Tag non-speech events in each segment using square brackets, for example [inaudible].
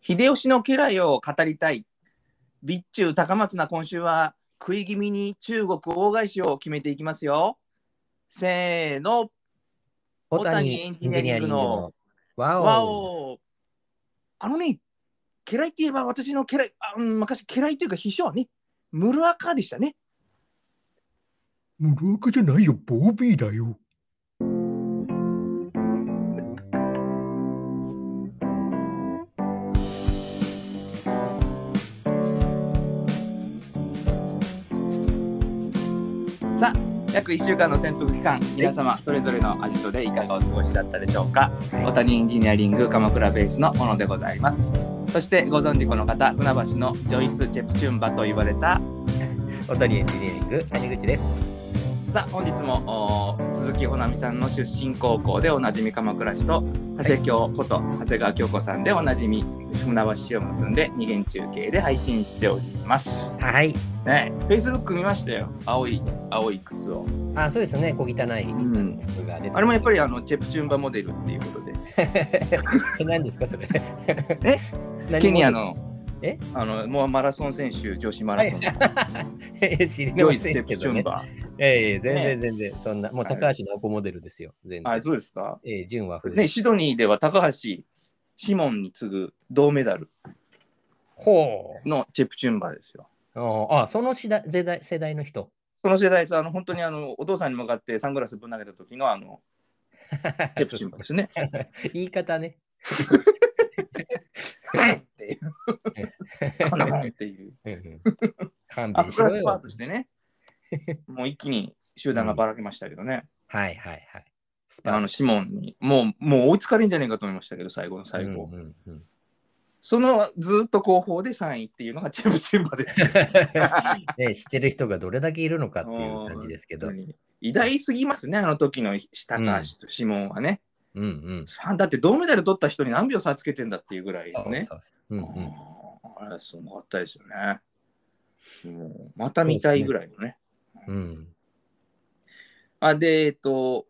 秀吉の家来を語りたい。備中高松な今週は食い気味に中国大返しを決めていきますよ。せーの、小谷エエンンジジニニアアリリングングのの。わわお。おあのね、家来って言えば私の家来、あうん、昔家来というか秘書はね、ムルアカでしたね。無料化じゃないよ、ボービーだよ。約1週間の潜伏期間、皆様それぞれのアジトでいかがお過ごしだったでしょうか。小谷エンジニアリング鎌倉ベースのものでございます。そしてご存知この方、船橋のジョイス・チェプチュンバと言われた、小谷エンジニアリング谷口です。さあ本日もおー鈴木保奈美さんの出身高校でおなじみ鎌倉市と長谷京こと長谷川京子さんでおなじみ船橋市を結んで二元中継で配信しております。はい。ねえ、Facebook 見ましたよ。青い青い靴を。あ、そうですね。小汚いん靴が出て、あれもやっぱりあのチェプチュンバモデルっていうことで。り。何ですかそれ？ [laughs] え？ケニアのえあのもうマラソン選手女子マはラいソン、。 [laughs] [laughs] え知り良まいスせテんップけチュどンね。 [laughs] バー、ええ全ね然全然そんなもう高橋の子モデルですよ。全あ然。そうですかええ純和風でねす。シドニーでは高橋シモンに次ぐ銅メダルほう。のチェプチュンバーですよああ、その世代世代世代の人。その世代さあの本当にあのお父さんに向かってサングラスぶん投げた時のあのチェプチュ [laughs] ンバーですね言い [laughs] 方ね。っていうこんなもんって [laughs] いううんうん勘あ弁そしこかろらスパーよト。してねもう一気に集団がばらけましたけどね、はいはいはい。スあのシモンにもうもう追いつかれんじゃねえかと思いましたけど最後の最後、うんうん [laughs] うん、そのずっと後方で3位っていうのがチェプチュンバーですね、知ってる人がどれだけいるのかっていう感じですけど。う本ん当 [laughs] に偉大すぎますね、あの時の高橋とシモンはね。うん。さだって銅メダル取った人に何秒差つけてんだっていうぐらいそのうね。そうそう。うんうん。あーあれ、すごかったですよね。もうまた見たいぐらいのね。うん、あで、えっと、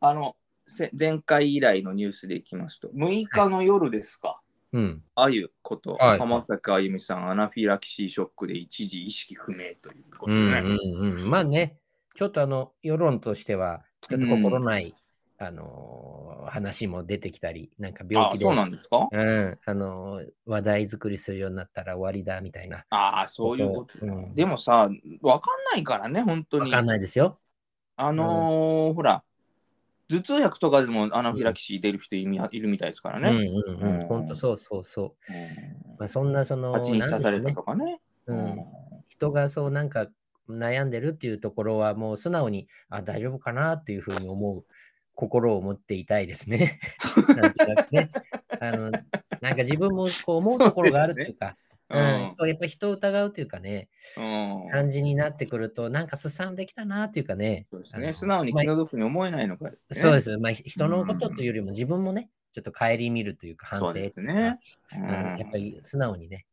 あの、せ前回以来のニュースでいきますと、6日の夜ですか、うん。あゆこと、はい浜崎あゆみさん、アナフィラキシーショックで一時意識不明ということうでんね。うんうん。まあね、ちょっとあの、世論としては、ちょっと心ない、あのー話も出てきたり、なんか病あ気で。そうなんですかうん、あのー話題作りするようになったら終わりだみたいな。ああ、そういうこと。うんでもさ、わかんないからね、本当わに。かんないですよ。あのーほら、頭痛薬とかでもアナフィラキシー出る人いみいるみたいですからね。うんうんうん。うん本当そうそうそうう。んまあ、そんなその、蜂に刺されなんでたしょとかね。うね。うん人がそうなんか悩んでるっていうところはもう素直にあ大丈夫かなっていうふうに思う心を持っていたいで [laughs] すね。なんとなくねあのなんか自分もこう思うところがあるっていうか、うんうんそうやっぱ人を疑うというかね、うんうん感じになってくると、なんかすさんできたなっていうかね。そうですあのね。素直に気の毒に思えないのか、ね。まあそうですす、まあ。ひ人のことというよりも自分もね、ちょっと顧みるというか反そ省うといでうすかね。うんうんやっぱり素直にね。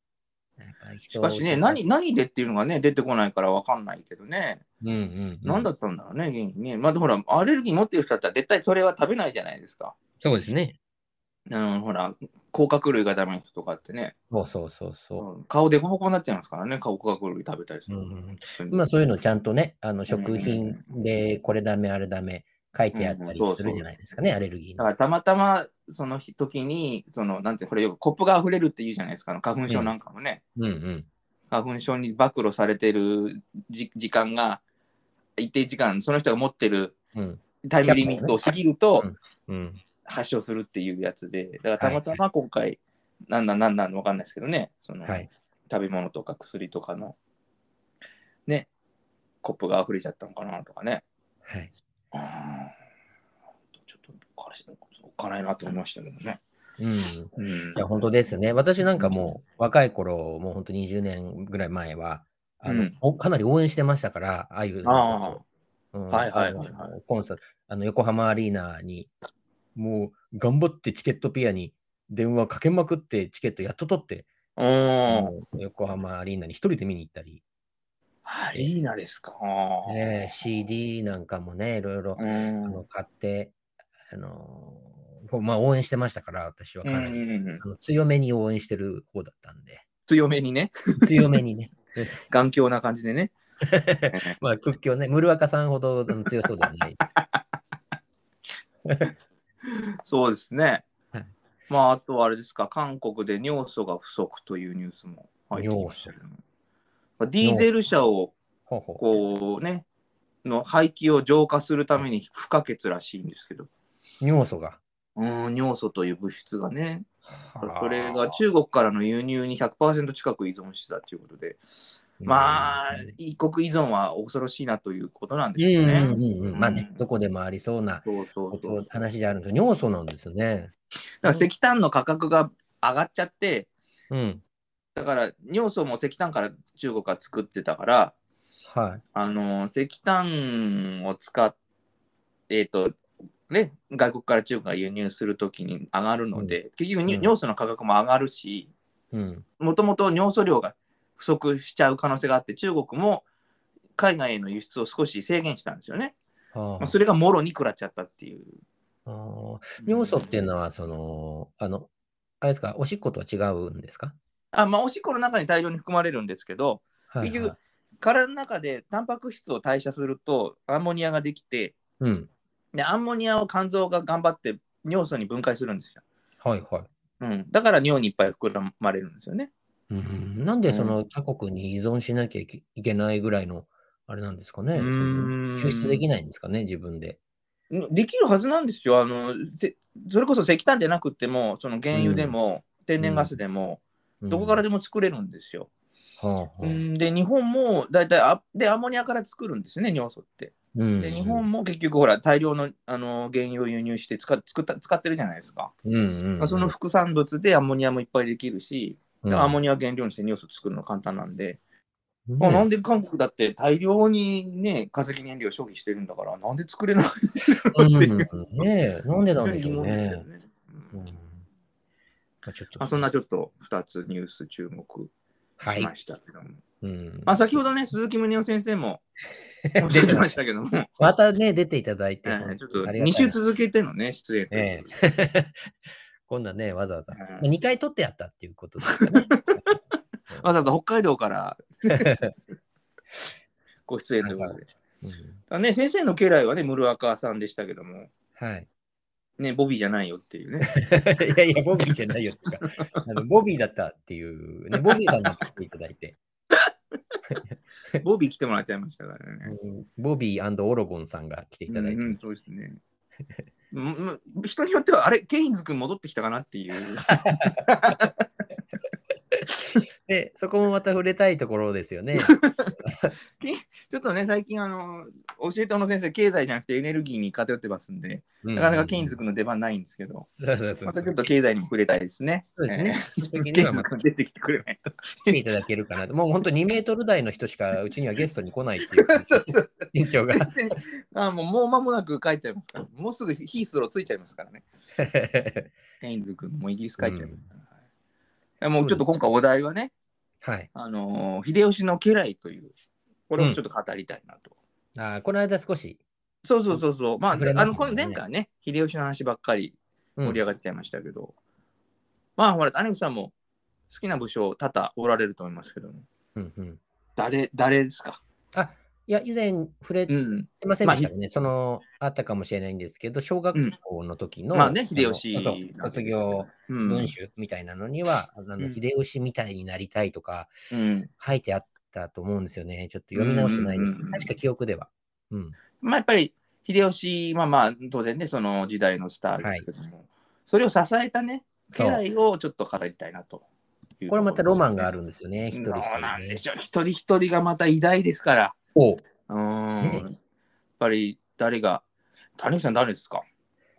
やっぱりし人をかしね、何、何でっていうのがね、出てこないからわかんないけどね。うんうんうん、何だったんだろうね、原因ね。まあ、ほら、アレルギー持ってる人だったら絶対それは食べないじゃないですか。そうですね。うん、ほら、甲殻類がダメな人とかってね。そうそうそうそう。うん顔でこぼこになっちゃいますからね、顔が類食べたりする。うんうん本当にまあそういうのちゃんとね、あのうんうん食品でこれダメあれダメ書いてあっうんたりうんそうそうするじゃないですかね、アレルギーだの。からたまたまその時に、そのなんてこれよくコップが溢れるって言うじゃないですか、あの花粉症なんかもね、うんうん。花粉症に暴露されてるじ時間が、一定時間、その人が持ってるうんタイムリミットを過ぎるとうん。発症するっていうやつで、だからたまたま今回、なんなんなんなんわかんないですけどね、そのはい。食べ物とか薬とかの、ね、コップが溢れちゃったのかなとかね。はい。うーんちょっと彼氏のことおっかないなと思いましたけどね。うん。いうん、や、本当ですね。私なんかもう若い頃、もう本当20年ぐらい前は、あのうんおかなり応援してましたから、ああいう、あうんはいはいはいはいあのコンサート、あの横浜アリーナに、もう頑張ってチケットピアに電話かけまくってチケットやっと取って、あ、うん。あの横浜アリーナに一人で見に行ったり、アリーナですか。ねえ、CD なんかもね、いろいろうあんの買って、あのーこうまあ、応援してましたから、私はうかんうなり、んうんあの強めに応援してる方だったんで、強めにね、強めにね。 [laughs] 頑強な感じでね。まあ、屈強ね、ムルワカさんほどあの強そうではないですけそうですねはい。まあ、あとはあれですか、韓国で尿素が不足というニュースも入ってきましたけどもまあディーゼル車をど。ほうほうこうね、の排気を浄化するために不可欠らしいんですけど、尿素が。うーん、尿素という物質がね、それが中国からの輸入に100%近く依存してたということで、まあうん、一国依存は恐ろしいなということなんでうしょうんね。うんうんうん、まあね、どこでもありそうなそうそこうそうと。話であると、尿素なんですね。だから石炭の価格が上がっちゃって、うん。だから尿素も石炭から中国が作ってたから、はい。あのー石炭を使って、えっとね、外国から中国が輸入するときに上がるので、結局に、うん尿素の価格も上がるしうん。もともと尿素量が不足しちゃう可能性があって中国も海外への輸出を少し制限したんですよね。あまああそれがもろに食らっちゃったっていう。ああ尿素っていうのは、その、あの、あれですか、おしっことは違うんですかあまあ、おしっこの中に大量に含まれるんですけど、はい、結はい局。体の中でタンパク質を代謝するとアンモニアができて、うん。でアンモニアを肝臓が頑張って尿素に分解するんですよ。はいはい。うん、だから尿にいっぱい膨らまれるんですよね。うん、なんでその他国に依存しなきゃいけいけないぐらいのあれなんですかね。うそーんの抽出できないんですかね、自分で。できるはずなんですよ。あのぜそれこそ石炭じゃなくても、その原油でも、天然ガスでも、どこからででも作れるんですよ。も、はあうはあん、で、日本も大体あで、アンモニアから作るんですね、尿素って。うんで、日本も結局、ほら、大量のあの原油を輸入して使っ作った使ってるじゃないですか。うんうんうまあん、その副産物でアンモニアもいっぱいできるし、だからアンモり、ニア原料にして尿素作るの簡単なんで。うんあなんで韓国だって大量にね化石燃料消費してるんだからなんで作れないんだろうっていううんねえなんでなんでしょう非 [laughs] 常に疑問ねです。よねううんんまあ、ちょっとまあ、そんなちょっと2つニュース注目はしいま。したけども、うんまあ、先ほどね鈴木宗男先生 [laughs] もおっしゃってましたけども、えまたね、出ていただいて、ーちょっとありがたい2週続けてのね出演というえことでえ。今度はね、わざわざ。うん2回撮ってやったっていうことですかね。わざわざ北海道から [laughs] ご出演ということで、だかうんらね、先生の家来はねムルアカさんでしたけどもはい。ねボビーじゃないよっていう [laughs] ねいやいや、ボビーじゃないよとか、あのボビーだったっていう、ね、ボビーさんに来ていただいて、ボビー来てもらっちゃいましたからね、うんボビーオロゴンさんが来ていただいて、うんうん、そうですね。うんうん人によっては、あれ、ケインズ君戻ってきたかなって [laughs] いう。で、そこもまた触れたいところです [laughs] よね。ちょっとね、最近、あの、教えての先生、経済じゃなくてエネルギーに偏ってますんで、ななかなかケインズく。君の出番ないんですけど、そうそうそうまたちょっと経済にも触れたいですね。そうですね。そのえー。時ケにイはンズ [laughs] また君出てきてくれないと。来ていただけるかなと。もう本当2メートル台の人しかうちにはゲストに来ないっていう緊張が。 [laughs] 全然あもうもう間もなく帰っちゃいますから、もうすぐヒースローついちゃいますからね。ケインズ君もイギリス帰っちゃいますから。はいいやもうちょっと今回お題はね、はい。あのー秀吉の家来という、これをちょっと語りたいなと。あーこの間少し、そうそうそうそう。まあ、触れあまの、したこものんね前回ね、秀吉の話ばっかりうん盛り上がっちゃいましたけど、まあ、ほら、谷口さんも好きな武将多々おられると思いますけども、うんうん誰、誰ですかあいや、以前触れうん。ってませんでしたよね、そのあったかもしれないんですけど、小学校の時の、まあね、秀吉あなのんですけど。卒業うん。文集みたいなのには、あうのん秀吉みたいになりたいとかうん。書いてあったと思うんですよね。ちょっと読み直してないんですけうんうんうんど、確か記憶では。うん、まあ、やっぱり、秀吉、まあまあ、当然ね、その時代のスターですけども、それを支えたね、家そう来をちょっと語りたいなというとこれまたロマンがある。るんですよね、一そ人一う人なんねで。しょう。一人一人がまた偉大ですから。おいうーん。ねやっぱり誰が、谷口さん誰ですか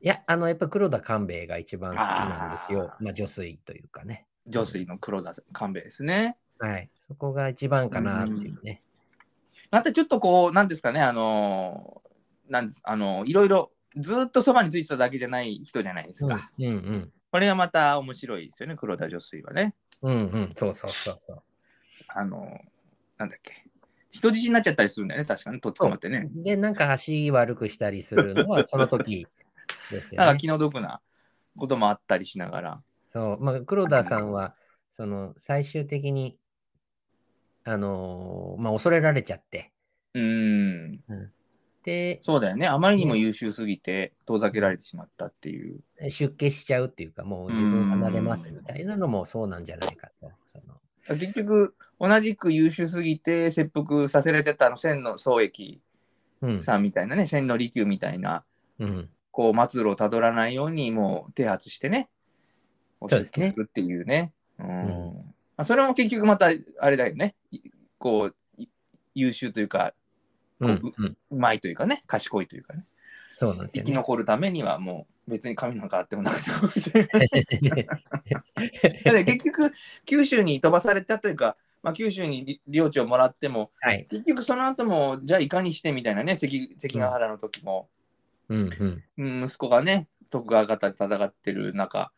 や、あの、やっぱ黒田官兵衛が一番好きなんですよ。あーまあ、女水というかね。上水の黒田勘兵衛ですね。はい。そこが一番かなっていうね。またちょっとこう、なんですかね、あのーなんです、あのーいろいろ、ずーっとそばについてただけじゃない人じゃないですうん、うか。ん、うん。これがまた面白いですよね、黒田上水はね。うん、うん。そうそうそうそう。あのーなんだっけ。人質になっちゃったりするんだよね、確かに、とっ捕まって [laughs] ね。で、なんか足悪くしたりするのは、その時ですなんよかね。気の毒なこともあったりしながら。そう、まあ、黒田さんは、その、最終的に、あのーまあ、恐れられちゃって、うん。で、そうだよね。あまりにも優秀すぎて、遠ざけられてしまったっていう。出家しちゃうっていうか、もう自分離れますみたいなのもそうなんじゃないかと。その結局、同じく優秀すぎて、切腹させられてたあの、千の宗益うん、さんみたいなね、千の利休みたいな、うん、こう、末路をたどらないように、もう、手発してね、おそうです出ね家するっていうね。うんうんまあ、それも結局また、あれだよね。いこう、い優秀というか、うん、うん、うまいというかね、賢いというかね。そうなんです生よきね。残るためにはもう別に神なんかあってもなくてもみたいな。 [laughs] だから結局九州に飛ばされたというか、まあ、九州に領地をもらっても [laughs] はい、結局その後もじゃあいかにしてみたいなね関関ヶ原の時も、うん、うん、うん息子がね徳川方で戦ってる中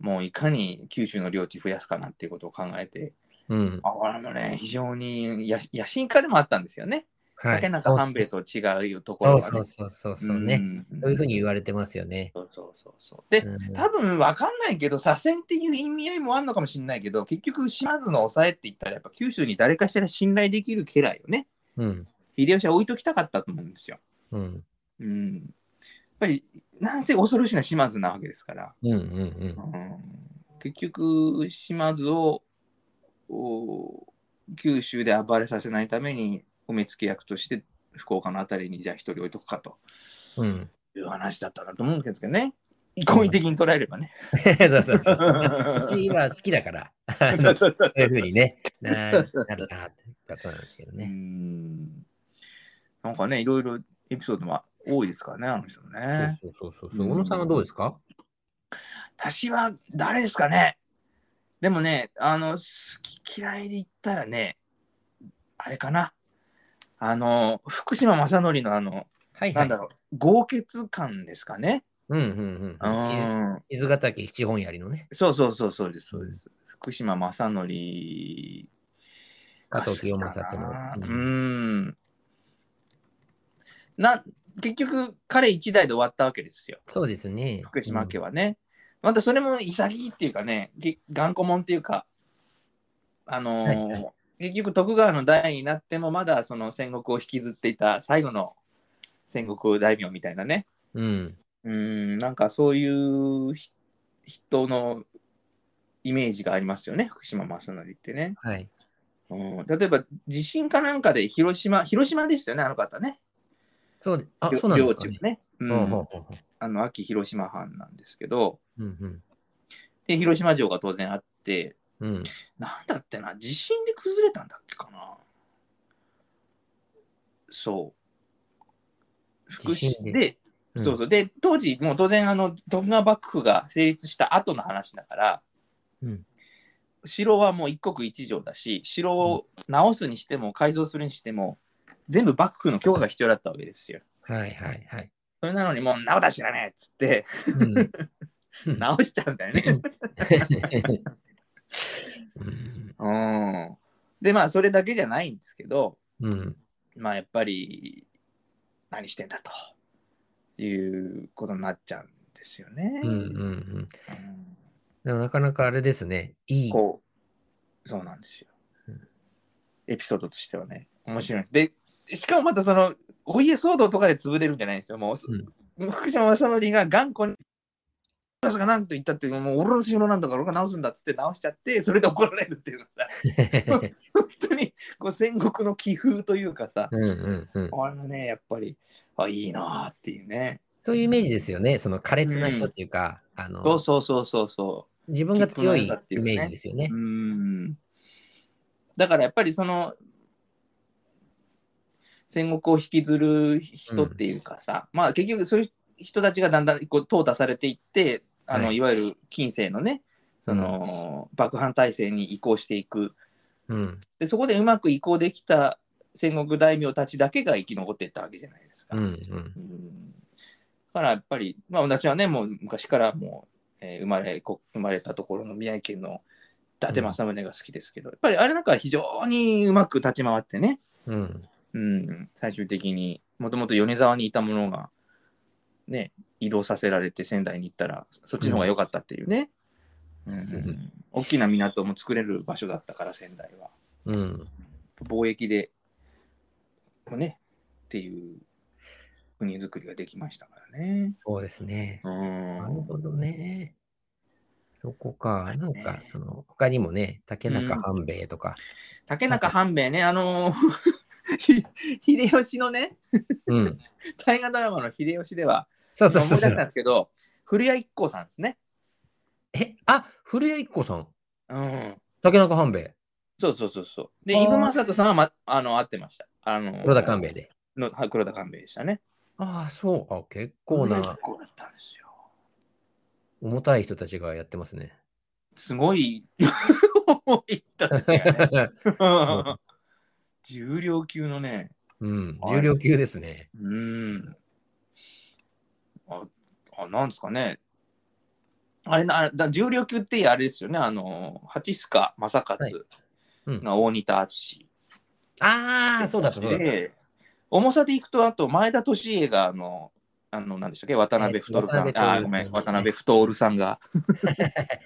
もういかに九州の領地増やすかなっていうことを考えてうん、あこれもね非常にや野心家でもあったんですよね。はい。竹中半兵衛と違うとこそろがねうそう。そうそうそうね。んそういうふうに言われてますよね。そうそうそうそう。で、うん多分分かんないけど、左遷っていう意味合いもあるのかもしれないけど、結局、島津の抑えって言ったら、やっぱ九州に誰かしら信頼できる家来をね、うん、秀吉は置いときたかったと思うんですよ。うん、うん。やっぱり、なんせ恐ろしいのは島津なわけですから、うん、うんう、ん、結局、島津をお九州で暴れさせないために、お目付け役として福岡のあたりに、じゃあ一人置いとくかとうん。うん、いう話だったなと思うんですけどね、意向的に捉えればね。 [laughs] そうそうそうそう。うちは好きだから、あのそうそう [laughs] そういうふうにね、ななるなってことなんですけどうーね。んなんかね、いろいろエピソードも多いですからね、あの人ね。そうそうそううそう小野さんはどうですか私は誰ですかねでもね、あの、好き嫌いで言ったらね、あれかな。あの、福島正則のあの、はいなは。いんだろう、豪傑感ですかね。うんうんううん。静ん。静ヶ岳七本槍のね、そうそうそう、そうです、そうです。福島正則加藤清正とのう。うんん。な、結局、彼一代で終わったわけですよ。そうですね。福島家はね。またそれも潔いっていうかね、げ頑固者っていうか、あのーはい結局徳川の代になってもまだその戦国を引きずっていた最後の戦国大名みたいなね。うん。ううん。ん、なんかそういうひ人のイメージがありますよね、福島正則ってね。はい。うん、例えば地震かなんかで広島、広島でしたよね、あの方ね。そうで、あ、りょそうなんですか領ね地。ね。ううんうんうんん、あの秋広島藩なんですけど、うんで広島城が当然あって、うん。うん。なんだってな、地震で崩れたんだっけかな。そう。福地島震でで、そうそう。で、当時、もう当然、あの、徳川幕府が成立した後の話だから、うん城はもう一国一城だし、城を直すにしても改造するにしても、全部幕府の許可が必要だったわけですよ。うん。はいはいはい。それなのにもう直だしだねっつって、うんうん直しちゃうんだよね。うんうん。で、まあ、それだけじゃないんですけど、うん。まあ、やっぱり、何してんだということになっちゃうんですよね。うんうんううん。んでもなかなかあれですね。いい。こう、そうなんですようん。エピソードとしてはね、面白いんです。で、しかもまたその、お家騒動とかで潰れるんじゃないんですよ。もう、福島正則が頑固に、私が何と言ったって、もう俺の城なんだから俺が直すんだっつって直しちゃって、それで怒られるっていうのさ、 [laughs] 本当にこう戦国の気風というかさ、 [laughs] うんうんうん。あれはね、やっぱり、あ、いいなーっていうね。そういうイメージですよね。その苛烈な人っていうか、あそうのそうそうそうそ自分が強いきっとなんだっていイうねメージですよねう。う。ん。だからやっぱりその、戦国を引きずる人っていうかさ、まあ結局そういう人たちがだんだんこう淘汰されていって、あの、はいい、わゆる近世のね、その、幕藩体制に移行していく。うんで、そこでうまく移行できた戦国大名たちだけが生き残っていったわけじゃないですか。うんうんうんだからやっぱり、まあ、私はね、もう昔からもう、えー生まれこ生まれたところの宮城県の伊達政宗が好きですけど、やっぱりあれなんかは非常にうまく立ち回ってね、うんうん、最終的にもともと米沢にいたものが、ね、移動させられて仙台に行ったら、そっちの方が良かったっていうね。うんうん大きな港も作れる場所だったから、仙台は。うん。貿易で、ね、っていう国づくりができましたからね。そうですね。うなるん。ほどね。そこか。なんかね、その、他にもね、竹う中ん半兵衛とか、竹中半兵衛ね、あのー [laughs] ひ秀吉のね、うん。大河ドラマの秀吉では、そう思そいう出そうしそたんでう。すけど、古谷一行さんですね。え、あ、古谷一行さん。うん。竹中半兵衛。そうそうそうそう。で、あーイブ・マサトさんは、ま、あの会ってました。あの黒田官兵衛で。のはい黒田官兵衛でしたね。ああ、そう。あ結構古谷な一行だったんですよ。重たい人たちがやってますね。すごい [laughs] 重い人たちが [laughs] ねん重量級のね、うん。はい重量級ですね。うーん。あ、あなんですかね。あれな、あれだ重量級ってあれですよね。あの、八須賀正勝はいうんが大仁田敦。ああ、そうだった、そう [laughs] だった。で、重さでいくと、あと前田利家が、あの、あの、なんでしたっけ、渡辺はい徹さん、渡辺徹さんあ、ごめん、渡辺徹さんが、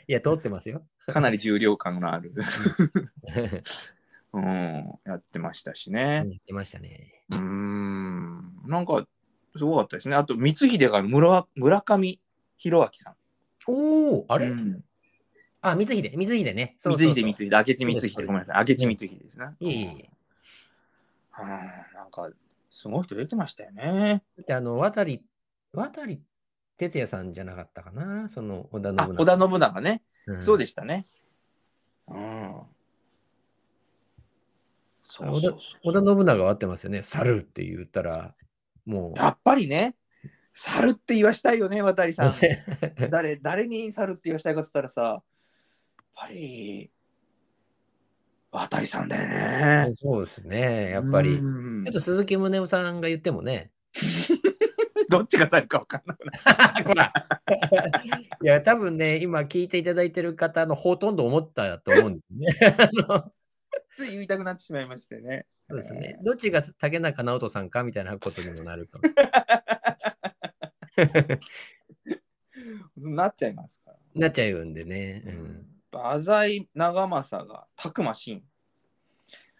いや、通ってますよ。かなり重量感のある、うん、やってましたしね。言ってましたね。うーんなんかすごかったですね。あと光秀が村わ村上弘明さん。おお、ああれ、うん、あ、光秀、光秀ね。そう光そう秀そう光秀明智光そうです秀ごめんなさい明智光秀ですね。いえいえいえうんなんかすごい人出てましたよね。だってあの、渡り、渡り哲也さんじゃなかったかな、その織田信あ長。織田信長ね、うんそうでしたね。うん。そうそうそう織田信長は合ってますよね。猿って言ったら、もう。やっぱりね猿って言わしたいよね渡 [laughs] さん。誰誰に猿って言わしたいかって言ったらさ、やっぱり、渡さんだよね。そうですね、やっぱり。うちんょっと鈴木宗男さんが言ってもね。どっちが猿か分かんない。ほら [laughs] いや、多分ね、今聞いていただいてる方のほとんど思ったと思うん [laughs] ですね。あのつい言いたくなってしまいましてね。そうですね。どっちが竹中直人さんかみたいなことにもなるかも。なっちゃいますから。なっちゃうんでね。ううんん、浅井長政が、たくましん。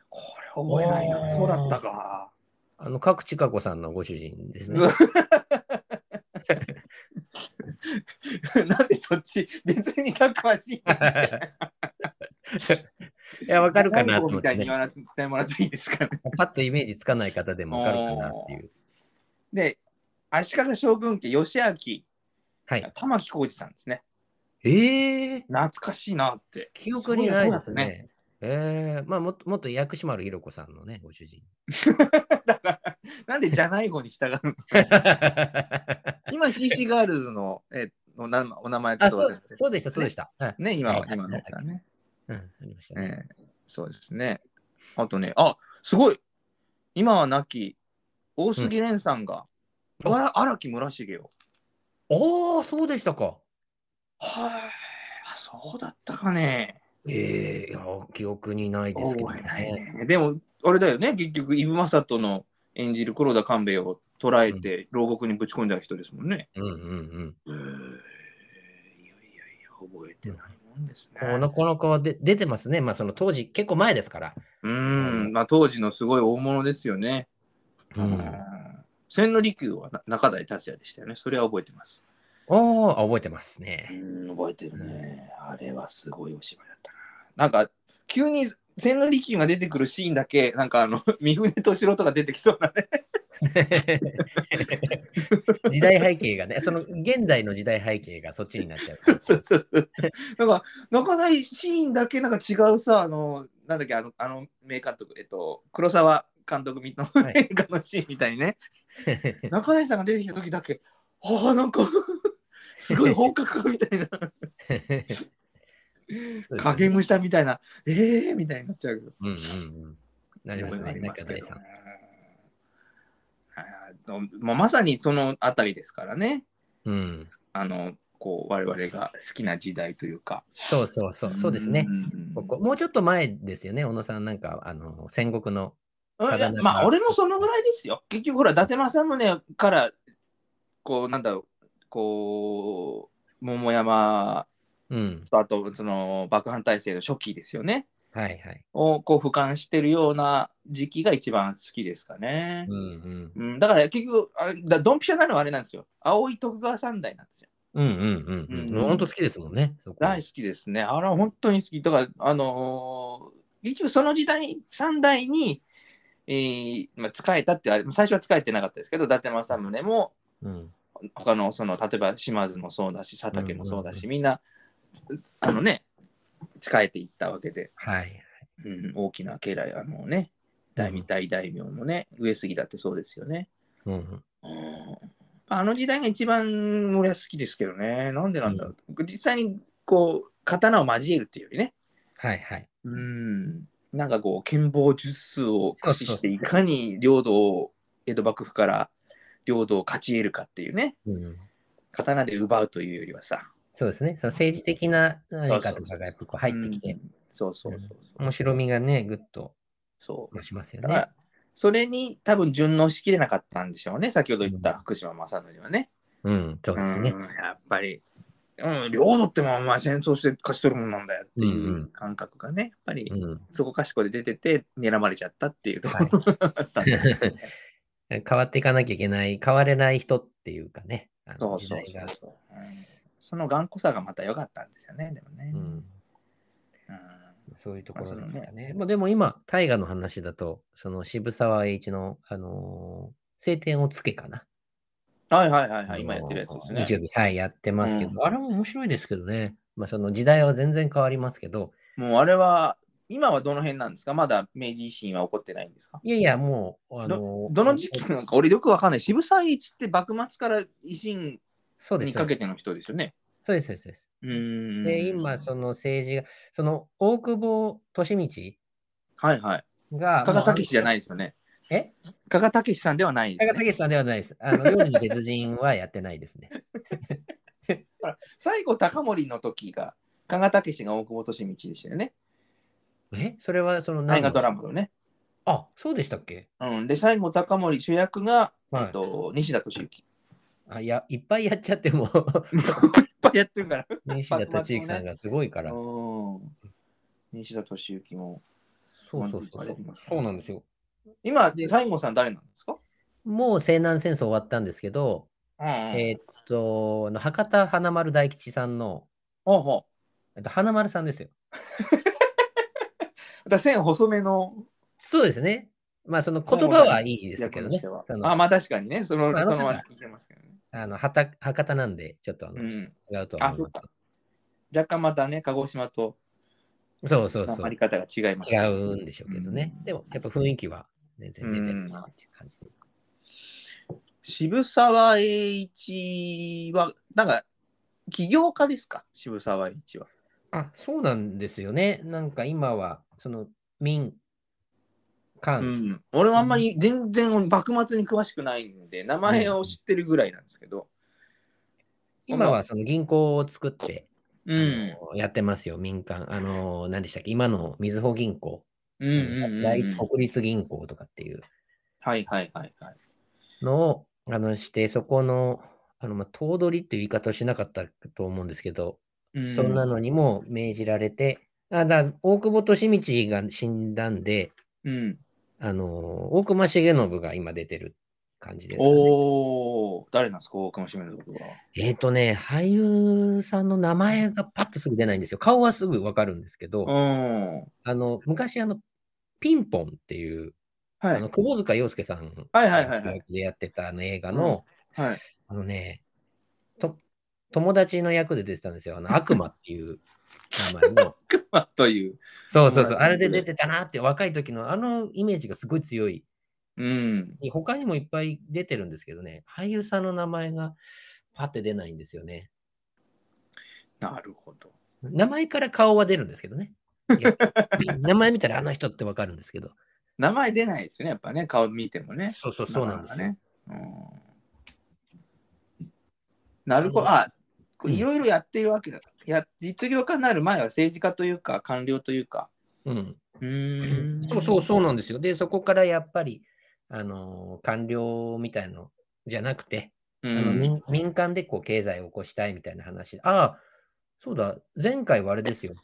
これ覚えないおーな。そうだった [laughs] か。あの、角地佳子さんのご主人ですね。なんでそっち、別にたくましん。 [laughs] いや、わかるかじゃなないと方思っみたて、いにね。言わなくてもらっていいですかね。パッとイメージつかない方でもわかるかなっていう。で、足利将軍家、義明、はい。玉置浩二さんですね。ええ懐かしいなって。記憶にないですそうだそうだね。ええまあもっと、もっと薬師丸ひろ子さんのね、ご主 [laughs] 人。だから、なんでじゃない方に従う [laughs] の今、CC ガールズの、えー、おなお名前ちょあ、っとそ忘れうて、そうでした、そうでした。はいね、今はは、い今の奥さんね。うん、ありましたね。ええそうですね。あとね、あすごい今は亡き大杉蓮さんが、うんわら荒木村重を。ああ、そうでしたか。はい、あそうだったかね。ええいや、記憶にないですけど、覚えないね。でも、あれだよね、結局、イブ・マサトの演じる黒田官兵衛を捉えて、牢獄にぶち込んだ人ですもんね。うんうんうん。えーいやいやいや、覚えてないもんですね。なかなかで出てますね。まあ、その当時、結構前ですから。うーん、まあ当時のすごい大物ですよね。あ千利休はな中台達也でしたよね。それは覚えてます。ーあ、覚えてますうね。 [laughs] ん、覚えてるね。あれはすごいお芝居だったな。なんか、急に千利休が出てくるシーンだけ、なんかあの、 [laughs] 三船敏郎とか出てきそうだね。時代背景がね、その現代の時代背景がそっちになっちゃう。 [laughs] [laughs] そうそうそう。なんか、中台シーンだけなんか違うさ、あの、なんだっけ、あの、あの名監督、えっと、黒沢監督のい [laughs] 映画のシーンみたいにね、中谷さんが出てきた時だけ、ああ、なんか、すごい本格みた [laughs] いな、 [laughs] 影武者みたいな、ええー、みたいになっちゃうけど。うんうんうん。なりますね、中谷さん。あのまあ、まさにそのあたりですからね、うん。あのこう我々が好きな時代というか、そうそうそう、そうですね。んここもうちょっと前ですよね、小野さんなんか、あの戦国うんの。いやまあ、俺もそのぐらいですよ。結局、ほら、伊達政宗からこうなんだろうこう桃山うん。とあとその幕藩体制の初期ですよねはいはい。をこう俯瞰してるような時期が一番好きですかねう、んうんだから結局あだドンピシャなのはあれなんですよ青い徳川三代なんですようん。うんうんうんううんん。本当好きですもんね。そこ大好きですねあれは本当に好きだからあのー、一応その時代三代にえーまあ、使えたってあれ最初は使えてなかったですけど伊達政宗もうん。他のその例えば島津もそうだし佐竹もそうだし、うんうんうみんなあのね仕えていったわけで、はい。うん、大きな家来あのね大うん大大名もね上杉だってそうですよね、うん。うん、あの時代が一番俺は好きですけどねなんでなんだろう、実際にこう刀を交えるっていうよりねはいはい。うんなんかこう剣謀術数を駆使してそうそういかに領土を江戸幕府から領土を勝ち得るかっていうねうん。刀で奪うというよりはさ、そうですね。その政治的な何かそとうそうそかうがやっぱこう入ってきうて、ん。そうそうそうそう。面白みがね、ぐっとそう増しますよだかねら。、それに多分順応しきれなかったんでしょうね。先ほど言っうたん福島正則はね。うん。そうですねう。んやっぱり、うん、領土ってもんはお前戦争して勝ち取るもんなんだよっていんううんう感覚がね、やっぱり、うん。そこかしこで出てて狙われちゃったっていうとこはろい [laughs] 変わっていかなきゃいけない、変われない人っていうかね、あそのう時そう代が。そう、うんその頑固さがまた良かったんですよね、でもね。うんうんそういうところですまあかそね。まあ、でも今、大河の話だと、その渋沢栄一の、あのー晴天をつけかな。はいはいはいはい、今やってるやつですね。日曜日、はい、やってますけど、うあれも面白いですけどね。まあ、その時代は全然変わりますけど、もうあれは、今はどの辺なんですかまだ明治維新は起こってないんですかいやいや、もう、あのーどの時期なのか俺よくわかんない。渋沢栄一って幕末から維新そうです。にそうかでけすての人ですよね。そうです。そうですうーんで、今、その政治が、その大久保利はいはい。通が、。加賀武史じゃないいですよね。え加賀武史さんではないで加す、賀ね。武さんではないです。あの、料理の別人はやってないですね。 [laughs] 最後、高森の時が、加賀武史が大久保利道でしたよね。えそれはその大何河ドラマのね。あ、そうでしたっけうん、で、最後、高森主役が、はいえっと、西田敏 [laughs] 行。あ、いや、いっぱいやっちゃっても、い [laughs] っぱいやってるから。西田敏行さんがすごいから。うん西田敏行も。そうそうそうそう。そうなんですよ。今、西郷さん誰なんですか、もう西南戦争終わったんですけど、うんうん、えーっと、あの博多華丸大吉さんの、ほうほうえっと、花丸さんですよ。だから線細めのそうですね。まあ、そのそう言葉はいいですけ役とどねしては。。ああ、の、まあ確かにね、その、まあそのままだかいけますけどね。あのはた博多なんで、ちょっとあうのん。違うとは思いあそまっ若干またね、鹿児島とす。そうそうあそうまり。方が違います。違うんでしょうけどね。うんでも、やっぱ雰囲気は全然出てるなっていう感じ。渋沢栄一は、なんか、起業家ですか渋沢栄一は。あ、そうなんですよね。なんか今は、その民間、ううんん。俺もあんまり全然幕末に詳しくないんで、名前を知ってるぐらいなんですけど。今はその銀行を作って、うあん。のやってますよ、民間。あの、何でしたっけ、今のみずほ銀行、うんうんうんうん。第一国立銀行とかっていうはいはいはいはい。のをあのして、そこの、あの、まあ、頭取っていう言い方をしなかったと思うんですけど、うそんなのにも命じられて、あだ大久保利通が死んだんで、うん。あの、大隈重信が今出てる感じです、ね。おー、誰なんですか大熊しめのとこは。えっ、とね、俳優さんの名前がパッとすぐ出ないんですよ。顔はすぐわかるんですけうど、ん。あの、昔あの、ピンポンっていう、はい。あの、窪塚洋介さんはいはいはいはい主役でやってたあの映画の、はい。あのね、と、友達の役で出てたんですよ。あの、悪魔っていう名前の。まあ、という。そうそうそう、友達の役であれで出てたなって、若い時のあのイメージがすごい強い。うん。他にもいっぱい出てるんですけどね、俳優さんの名前がパッて出ないんですよね。なるほど。名前から顔は出るんですけどね。 [laughs] 名前見たらあの人ってわかるんですけど。名前出ないですよね、やっぱね、顔見てもね。そうそうそうなんですよ。ね。うんなるほど。あ、こううんいろいろやってるわけだ。いや、実業家になる前は政治家というか、官僚というか。うん。うーん。そうそうそうなんですよ。で、そこからやっぱり、あのー官僚みたいのじゃなくて、うあのん。民民間でこう経済を起こしたいみたいな話でああ、そうだ、前回はあれですよ。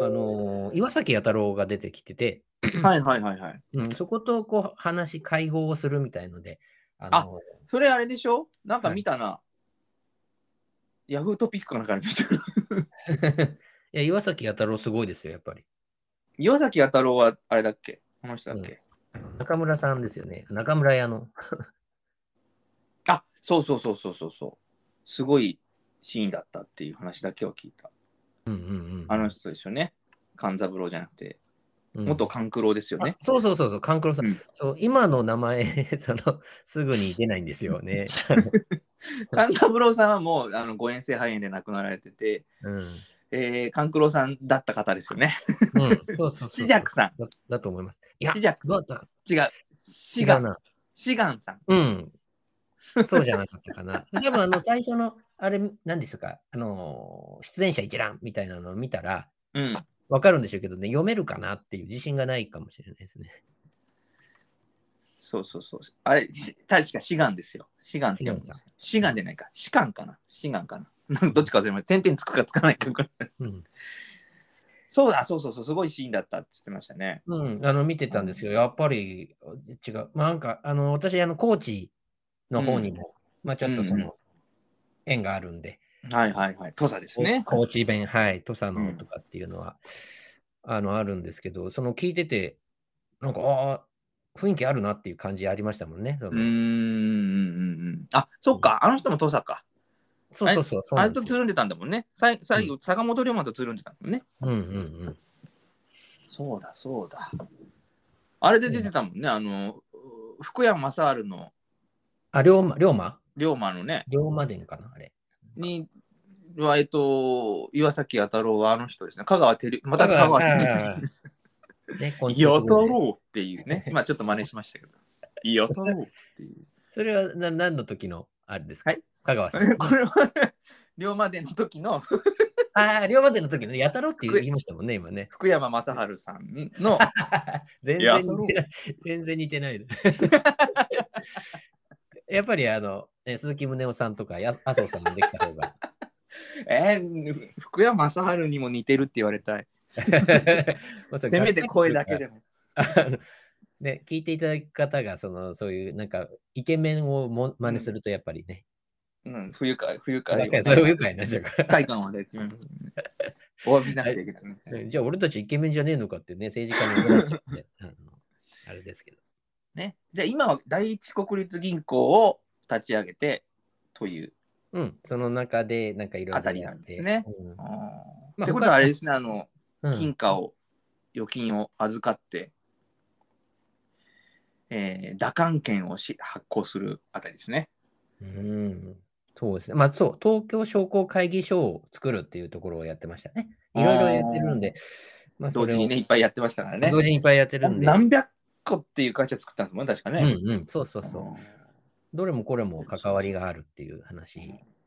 あのー岩崎弥太郎が出てきてて、はいはいはいはい。うん、そことこう話、会合をするみたいので、あのーそれあれでしょなんか見たな。ヤフートピックかなん [laughs] かで見てる。いや岩崎弥太郎すごいですよ、やっぱり。岩崎弥太郎はあれだっけこの人だっけ、あの中村さんですよね。中村屋の。あそうそうそうそうそうそう。すごいシーンだったっていう話だけを聞いた。うんうんうん、あの人ですよね。勘三郎じゃなくて、うん元勘九郎ですよね。あそうそうそうそう、勘九郎さん,、うんそう。今の名前 [laughs] その、すぐに出ないんですよね。勘三郎さんはもうあの誤嚥性肺炎で亡くなられてて、うん。うん、えー、勘九郎さんだった方ですよね。そうそうそう。紫尺さん。だだと思います。いや、紫尺どうだったか違う。志違う願。な。志願さん。うん。そうじゃなかったかな。多分あの、最初の、あれ、何ですか、あのー、出演者一覧みたいなのを見たら、うん。わかるんでしょうけどね、読めるかなっていう自信がないかもしれないですね。そうそうそう。あれ、確か志願ですよ。志願って読むんですよ。志願じゃないか。志願かな。志願かな。なんかどっちか忘れました。点々つくかつかないか。うん。そうだ、そうそうそう。すごいシーンだったって言ってましたね。うん、あの、見てたんですけど、やっぱり違う。まあ、なんか、あの、私、あの、高知の方にも、まあ、ちょっとそうんうんの、縁があるんで、はいはいはい。土佐ですね。高知弁、はい、土佐うのんとかっていうのは、あの、あるんですけど、その聞いてて、なんか、ああ、雰囲気あるなっていう感じありましたもんね。そうーん。のうんうんうんあ、そっか。あの人も土佐か。そうそうそう。そうあなれんでとすつよるんでたんだもんね。さい最後、坂本龍馬とつるんでたもんね。うんうんそうだ、そうだ。あれで出てたもんね。あの、福山雅治のあ、龍馬、龍馬龍馬のね、龍馬伝かなあれ。に、は、えっと、岩崎弥太郎はあの人ですね。香川照之、また香だか川ら照ああ [laughs] ね、昆虫之。弥す太ごいね郎っていうね。今ちょっと真似しましたけど。弥太郎っていう。それはな何の時のあれですか、はい香川さ [laughs] [laughs] ん。これは、龍馬伝の時のああ、龍馬伝の時のやたろって言いましたもんね、今ね。 [laughs] 福山雅治さんの、 [laughs] 全や然たろ似てない。 [laughs] 全然似てない。やっぱりあの、ね鈴木宗男さんとかや麻生さんもできた方が。 [laughs] えー福山雅治にも似てるって言われたい。まあそれせめて声だけでも。あのね、聞いていただく方が、その、そういう、なんか、イケメンをも真似すると、やっぱりね、うん、不愉快、不愉だ快。からそれを愉快になっちゃうから。快感はね、自分お詫びしなくちゃいけない。 [laughs] じゃあ、俺たちイケメンじゃねえのかってね、政治家に怒られちゃって、あのあれですけど。ね。じゃあ今は第一国立銀行を立ち上げてという。うん、その中で、なんかいろいろやって。あたりなんですねうんあーまあってことはあれですね、あの、うん金貨を、預金を預かって、えー、打艦券をし発行するあたりですね。うん。そうですね。まあそう、東京商工会議所を作るっていうところをやってましたね。いろいろやってるんで、まあ同時にね、いっぱいやってましたからそれねを。同時にいっぱいやってるんで。何百個っていう会社作ったんですもんね、確かうね。んうん、そうそうそう。んどれもこれも関わりがあるっていう話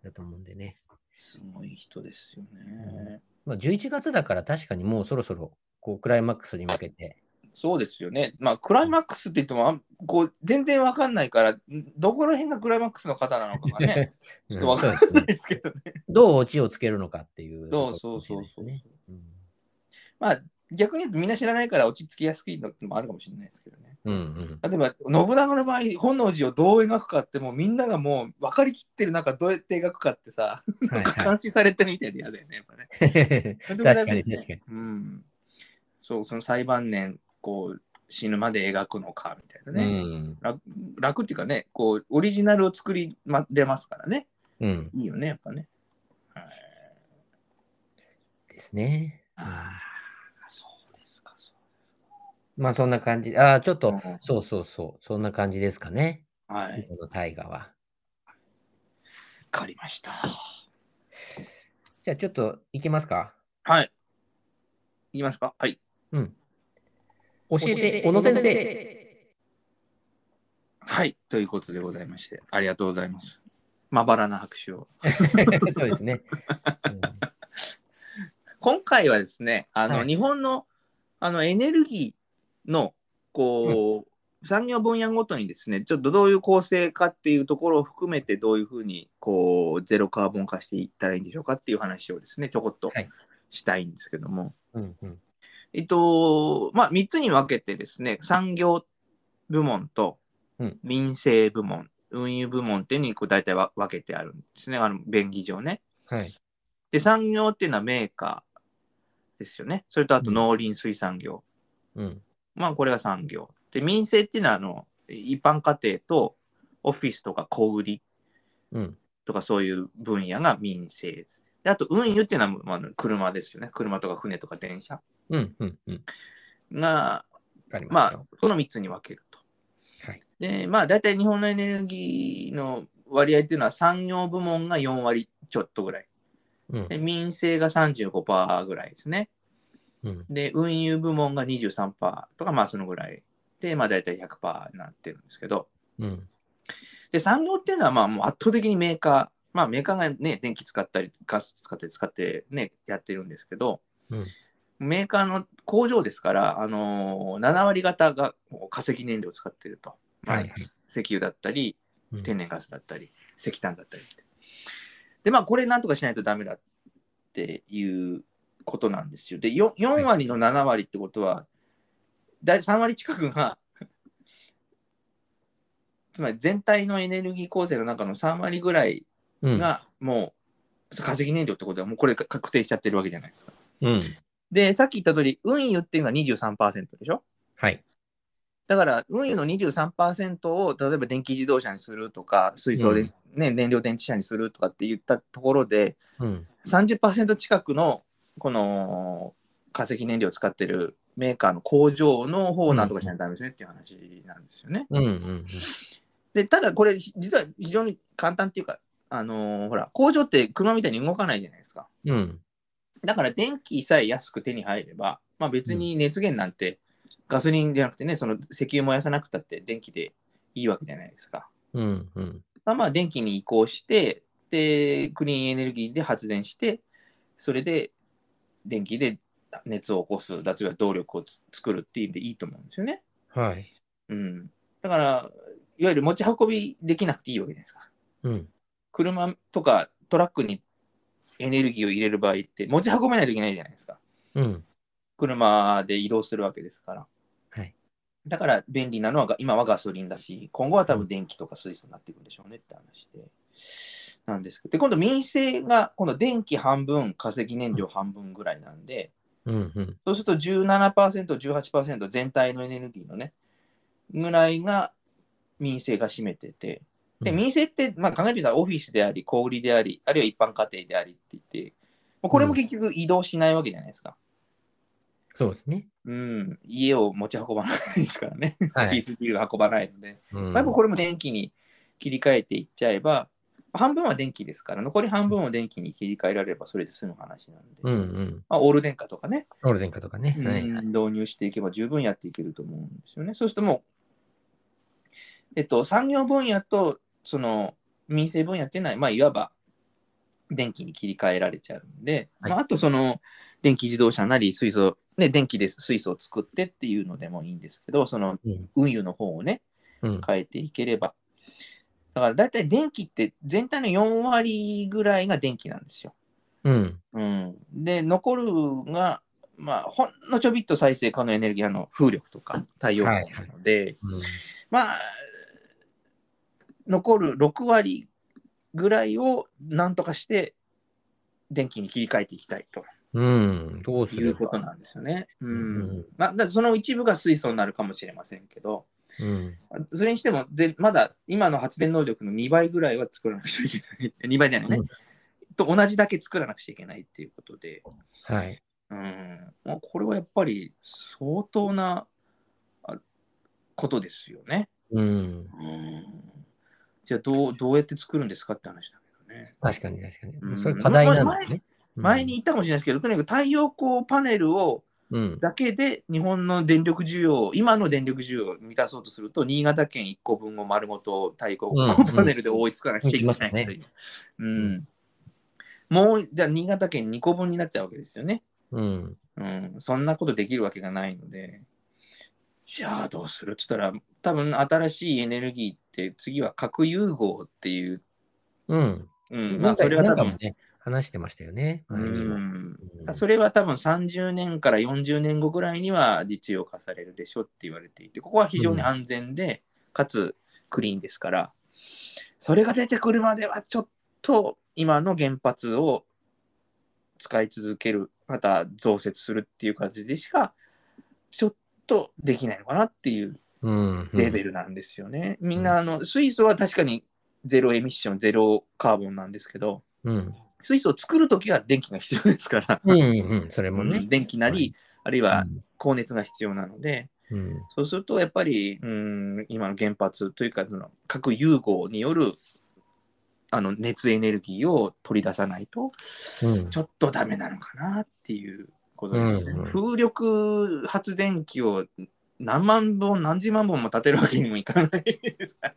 だと思うんでね。すごい人ですよね。まあ11月だから確かにもうそろそろこうクライマックスに向けて。そうですよね。まあ、クライマックスって言っても、あんこう全然わかんないから、んどこら辺がクライマックスの方なのかがね、ちょっとわかん [laughs] そうなですいねですけどね。どうオチをつけるのかっていうとこ [laughs] そうろかそもうしれそうないですそう、ね。うんまあ、逆に言うとみんな知らないから落ち着きやすいのもあるかもしれないですけどね。うんうん。例えば、信長の場合、本能寺をどう描くかって、もうみんながもう分かりきってる中、どうやって描くかってさ、はいは監視されてるみたいで嫌だよね、やっぱね。い。確確かに確かに。うん。そう、その裁判年、こう、死ぬまで描くのか、みたいな [laughs] うね。ん。楽楽っていうかね、こう、オリジナルを作りまれますからね。うん。いいよね、やっぱね。ですね。ああ、そうですか、そまあそんな感じ。ああ、ちょっと、うんうんそうそうそう。そんな感じですかね。う。はい、わこの大河は。かりました。じゃあちょっと行きますか。はい。言いますかはい。うん。教教ええてて、、小小野野先先生。生。はい。ということでございまして、ありがとうございます。まばらな拍手を。 [laughs] そうですね。うん今回はですね、あの、はい日本のあのエネルギーのこう、産業分野ごとにですね、ちょっとどういう構成かっていうところを含めて、どういうふうにこうゼロカーボン化していったらいいんでしょうかっていう話をですね、ちょこっとはいしたいんですけども、うんうん。えっと、まあ、3つに分けてですね、産業部門とうん民生部門、運輸部門っていうのにこう大体わ分けてあるんですね、あの便宜上ね。はい。で、産業っていうのはメーカーですよね。それとあと農林水産業。うん。まあこれが産業。で、民生っていうのはあの一般家庭とオフィスとか小売りうん。とかそういう分野が民生です。で、あと運輸っていうのは、まあ、車ですよね。車とか船とか電車うん。うん。うん。が、わかりまますあよ。、この3つに分けると。はい。で、まあ大体日本のエネルギーの割合っていうのは産業部門が4割ちょっとぐらい。うんで、民生が35%ぐらいですね。うん。で、運輸部門が23%とか、まあそのぐらい。で、まあ大体100%になってるんですけど。うん。で、産業っていうのは、まあ、もう圧倒的にメーカー、まあ、メーカーがね、電気使ったり、ガス使って使ってね、やってるんですけど、うんメーカーの工場ですから、あのー7割方がもう化石燃料を使ってると。まあはい。石油だったり、うん天然ガスだったり、石炭だったりって。で、まあ、これなんとかしないとダメだっていうことなんですよ。で、よ 4, 割の7割ってことは、だい3割近くが、 [laughs] つまり全体のエネルギー構成の中の3割ぐらいうん。がもう化石燃料ってことはもうこれが確定しちゃってるわけじゃないですか。うん。で、さっき言った通り、運輸っていうのは23%でしょはい。だから、運輸の23%を例えば電気自動車にするとか、水素で、うんね、燃料電池車にするとかって言ったところで、うん。 30%近くのこの化石燃料を使ってるメーカーの工場の方をなんとかしないとダメですねっていう話なんですよね。うん。うん。で、ただこれ、実は非常に簡単っていうか、あのーほら、工場って車みたいに動かないじゃないですか。うん。だから電気さえ安く手に入れば、まあ、別に熱源なんてガソリンじゃなくてね、その石油燃やさなくたって電気でいいわけじゃないですか。うん。うん。まあ、まあ電気に移行して、で、クリーンエネルギーで発電して、それで電気で熱を起こす、脱力動力を作るっていうんでいいと思うんですよね。はい。うん。だから、いわゆる持ち運びできなくていいわけじゃないですか。うん。車とかトラックにエネルギーを入れる場合って持ち運べないといけないじゃないですか。うん。車で移動するわけですから。はいだから便利なのはが今はガソリンだし、今後は多分電気とか水素になっていくんでしょうねって話で。なんですけど、で、今度民生が、今度電気半分、化石燃料半分ぐらいなんで、うん。うん。そうすると17%、18%全体のエネルギーのね、ぐらいが民生が占めてて、で、うん民生って、まあ、考えてみたらオフィスであり、小売りであり、あるいは一般家庭でありって言って、もうこれも結局移動しないわけじゃないですか。そうですね。うん、家を持ち運ばないですからね、はピーい。スビール運ばないので、うんまあ、やっぱこれも電気に切り替えていっちゃえば、半分は電気ですから、残り半分を電気に切り替えられればそれで済む話なんで、うん。うん。まあ、オール電化とかね、ゴールデンカとかね。はい。うん導入していけば十分やっていけると思うんですよね。そうするともう、えっと、産業分野とその民生分野っていうのは、まあ、いわば電気に切り替えられちゃうんで、はいまあ、あとその電気自動車なり水素、ね、電気で水素を作ってっていうのでもいいんですけど、そのうん運輸の方をね、うん。変えていければ。だから大体電気って全体の4割ぐらいが電気なんですよ。うん。うん、で残るが、まあ、ほんのちょびっと再生可能エネルギーあの風力とか太陽光なので、うんまあ残る6割ぐらいをなんとかして電気に切り替えていきたいとうん。どうすいるうことなんですよね。うんうんまあ、だからその一部が水素になるかもしれませんけどうん。それにしてもでまだ今の発電能力の2倍ぐらいは作らなくちゃいけない2 [laughs] 倍じゃないね、うんと同じだけ作らなくちゃいけないっていうことで。はい。うんまあ、これはやっぱり相当なあことですよね。ううん。ん、じゃあどうどうやって作るんですかって話だけどね。確かに確かに。うんそれ課題なんですね。前に言ったかもしれないですけど、とにかく太陽光パネルをうん。だけで日本の電力需要、今の電力需要を満たそうとすると、新潟県1個分を丸ごと太陽光うんうんパネルで覆いつかなくちゃいけないという。うん、もう、じゃあ新潟県2個分になっちゃうわけですよね。うん。うん、そんなことできるわけがないので、じゃあどうするって言ったら、多分新しいエネルギーって次は核融合っていう、うん。うん、ま前あそ回れはな多んかも分、ね、話してましたよね。前にもうん、うんそれは多分30年から40年後ぐらいには実用化されるでしょって言われていて、ここは非常に安全で、かつクリーンですから、それが出てくるまではちょっと今の原発を使い続ける、また増設するっていう感じでしか、ちょっとできないのかなっていううん。レベルなんですよね。みんなあの水素は確かにゼロエミッション、ゼロカーボンなんですけど、うん。水素を作るときは電気が必要ですから。うん。うん。それもうねん。電気なり、はいあるいは高熱が必要なので、うん。そうするとやっぱり、うん、今の原発というか、その核融合によるあの熱エネルギーを取り出さないと、うんちょっとダメなのかなっていうことですね。うんうん風力発電機を何万本、何十万本も建てるわけにもい [laughs] かない。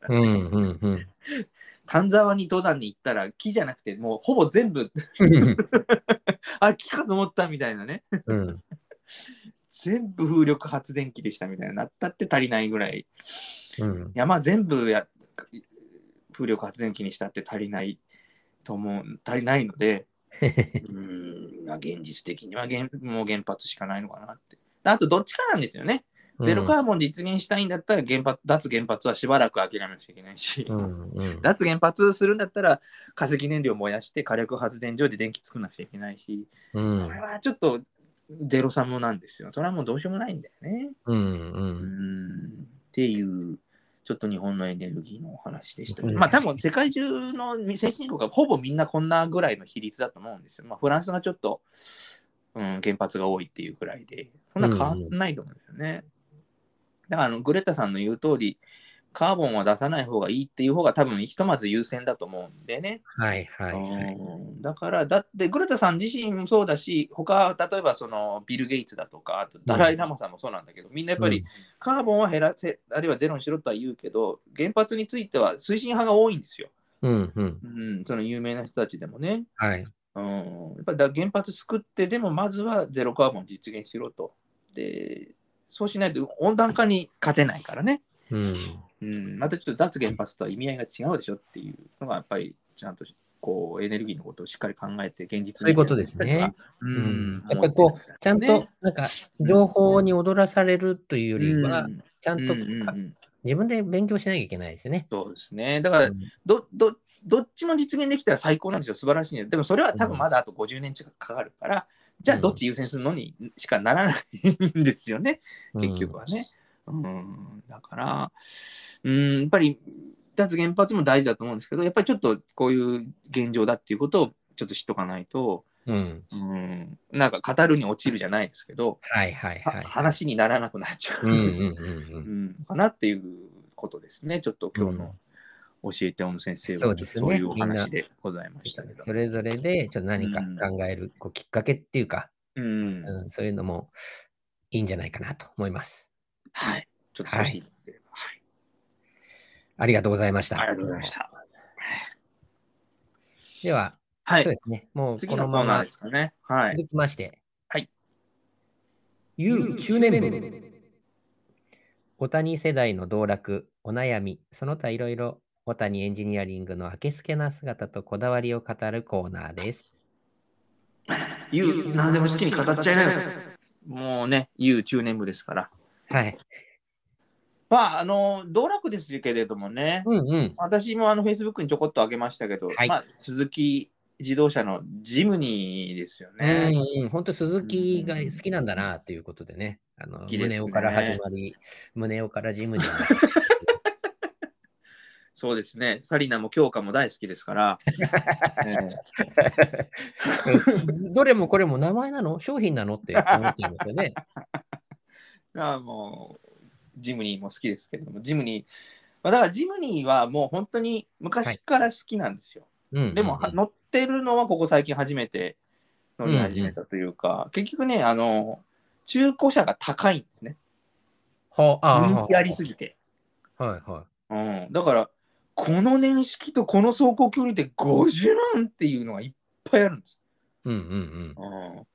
うん。うん。うん。丹沢に登山に行ったら木じゃなくて、もうほぼ全部、 [laughs] うんあ、木かと思ったみたいなね。うん。全部風力発電機でしたみたいになったって足りないぐらいうん。山全部や風力発電機にしたって足りないと思う足りないの [laughs] でうーんまあ現実的には原もう原発しかないのかなってあとどっちかなんですよね、ゼロカーボン実現したいんだったら原発脱原発はしばらく諦めなきゃいけないし、うん。うん。脱原発するんだったら化石燃料燃やして火力発電所で電気作んなくちゃいけないし、うこれん。はちょっとゼロサムなんですよそれはもうどうしようもないんだよねうん。う。うんんっていう、ちょっと日本のエネルギーのお話でしたけど、うんまあ多分世界中の先進国はほぼみんなこんなぐらいの比率だと思うんですよ。まあフランスがちょっと、うん、原発が多いっていうぐらいで、そんな変わんないと思うんですよね。だからあのグレタさんの言う通り、カーボンは出さない方がいいっていう方が多分ひとまず優先だと思うんでね。はい。はい。はい。うんだから、だって、グレタさん自身もそうだし、他例えばそのビル・ゲイツだとか、あとダライ・ラマさんもそうなんだけど、みんなやっぱりカーボンは減らせ、あるいはゼロにしろとは言うけど、原発については推進派が多いんですよ。うん。うん。うん、その有名な人たちでもね。はい。うん、やっぱだ原発作って、でもまずはゼロカーボン実現しろと。で、そうしないと温暖化に勝てないからね。うん。うん、またちょっと脱原発とは意味合いが違うでしょっていうのが、やっぱりちゃんとこうエネルギーのことをしっかり考えて、現実にそういうことですね。ううんん。やっぱりこう、ちゃんとね、なんか、情報に踊らされるというようりんは、ちゃんとうんうんうん自分で勉強しなきゃいけないですね。そうですね。だからど、ど、どっちも実現できたら最高なんですよ。素晴らしいね。でもそれは多分まだあと50年近くかかるから、じゃあどっち優先するのにしかならないんですよね。うん結局。はね。うん、だから、うん、やっぱり脱原発も大事だと思うんですけど、やっぱりちょっとこういう現状だっていうことをちょっと知っとかないと、うん。うん、なんか語るに落ちるじゃないですけど、はいはいははい。話にならなくなっちゃう、うんうんうんうん。うんかなっていうことですね、ちょっと今日の教えて小野先生は、そうですねそういうおみんな話でございましたけど。それぞれでちょっと何か考えるこうきっかけっていうか、うんうん、そういうのもいいんじゃないかなと思います。はい、ちょっと少し、はいありがとうございました。ありがとうございました。では、はそうい、ですね。もう次こののコーまナーまですかね。はい。続きまして。はい。 You 中年部。小谷世代の道楽、お悩み、その他いろいろ、小谷エンジニアリングのあけすけな姿とこだわりを語るコーナーです。ゆう、何でも好きに語っちゃいなよ。もうね、ゆう中年部ですから。はい。まあ、あの、道楽ですけれどもね、うんうん。私もあの、Facebook にちょこっとあげましたけど、はいまあ、鈴木自動車のジムニーですよね。うんうん、本当鈴木が好きなんだなということでね。あの、好きですね胸をから始まり、胸をからジムに。 [laughs] そうですね、サリナも京香も大好きですから。 [laughs] ええどれもこれも名前なの商品なのって思っちゃいますよね。ああもうジムニーも好きですけれども、ジムニー、まあ、だからジムニーはもう本当に昔から好きなんですよ。うんうんうんでも、は乗ってるのはここ最近初めて乗り始めたというか、結局ね、あの、中古車が高いんですね。はああ人気ありすぎて。はいはうん。だから、この年式とこの走行距離で50万っていうのがいっぱいあるんです。い。うんうんうん。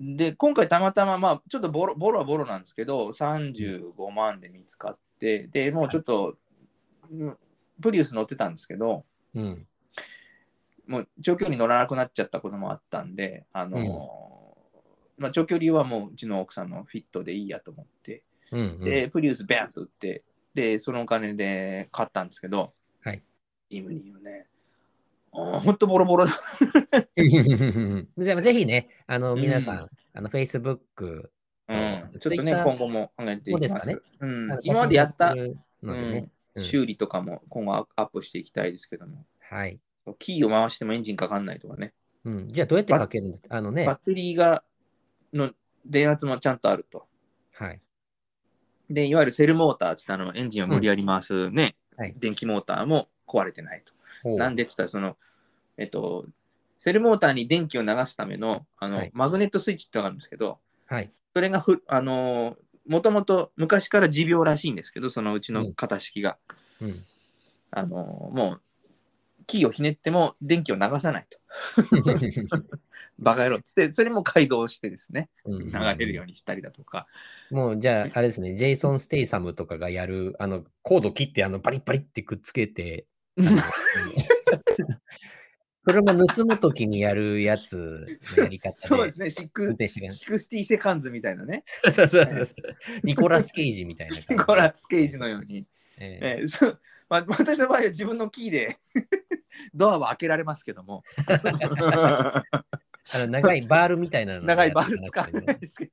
うん。で、今回たまたま、まあ、ちょっとボロボロはボロなんですけど、35万で見つかって、で、もうちょっと、うんプリウス乗ってたんですけど、うん。もう長距離乗らなくなっちゃったこともあったんで、あのーまあ、長距離はもううちの奥さんのフィットでいいやと思って、うん、うん。で、プリウスベンと売って、で、そのお金で買ったんですけど、はい、イムニーをね、あーほんとボロボロだ。 [laughs] でもぜひね、あの、うん皆さん、あの、Facebook、うあん、ちょっと Twitter ね、今後も考えていきます。そうですかねうんあの今までやった写真を載ってるのでね。うん修理とかも今後アップしていきたいですけども、はい。キーを回してもエンジンかかんないとかね、うん。じゃあ、どうやってかけるんだあのね、バッテリーがの電圧もちゃんとあると。はい。で、いわゆるセルモーターって言ったのエンジンを無理やり回すね、はい電気モーターも壊れてないと。ほうなんでって言ったら、その、えっと、セルモーターに電気を流すためのあの、はいマグネットスイッチってのがあるんですけど、はい。それがふ、あのもともと昔から持病らしいんですけど、そのうちの型式が。うん。あのもうキーをひねっても電気を流さないと。 [laughs] バカ野郎っつって、それも改造してですね、流れるようにしたりだとか。もうじゃあ、あれですね、ジェイソン・ステイサムとかがやる、あの、コード切って、あの、バリッバリってくっつけて、あ [laughs] の車盗むときにやるやつのやり方で、そうですね、シッ運ク、転してシクスティセカンズみたいなね、がそうそうそうそう。ニコラス・ケイジみたいな感じ。ニコラス・ケイジのように。えええーそうまあ、私の場合は自分のキーで [laughs] ドアは開けられますけども、あの長いバールみたいなのが長いバール使やっわてなるいねですけど。